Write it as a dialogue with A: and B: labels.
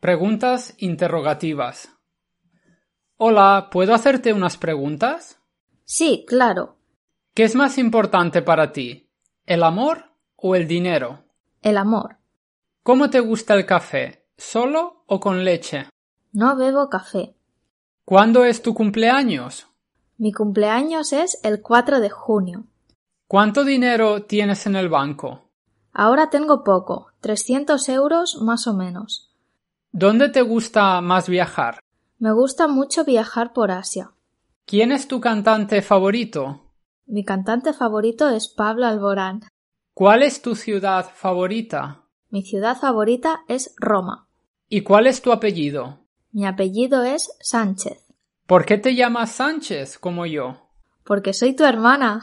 A: Preguntas interrogativas. Hola, ¿puedo hacerte unas preguntas?
B: Sí, claro.
A: ¿Qué es más importante para ti? ¿El amor o el dinero?
B: El amor.
A: ¿Cómo te gusta el café? ¿Solo o con leche?
B: No bebo café.
A: ¿Cuándo es tu cumpleaños?
B: Mi cumpleaños es el 4 de junio.
A: ¿Cuánto dinero tienes en el banco?
B: Ahora tengo poco, 300 euros más o menos.
A: ¿Dónde te gusta más viajar?
B: Me gusta mucho viajar por Asia.
A: ¿Quién es tu cantante favorito?
B: Mi cantante favorito es Pablo Alborán.
A: ¿Cuál es tu ciudad favorita?
B: Mi ciudad favorita es Roma.
A: ¿Y cuál es tu apellido?
B: Mi apellido es Sánchez,
A: ¿Por qué te llamas Sánchez como yo?
B: porque soy tu hermana.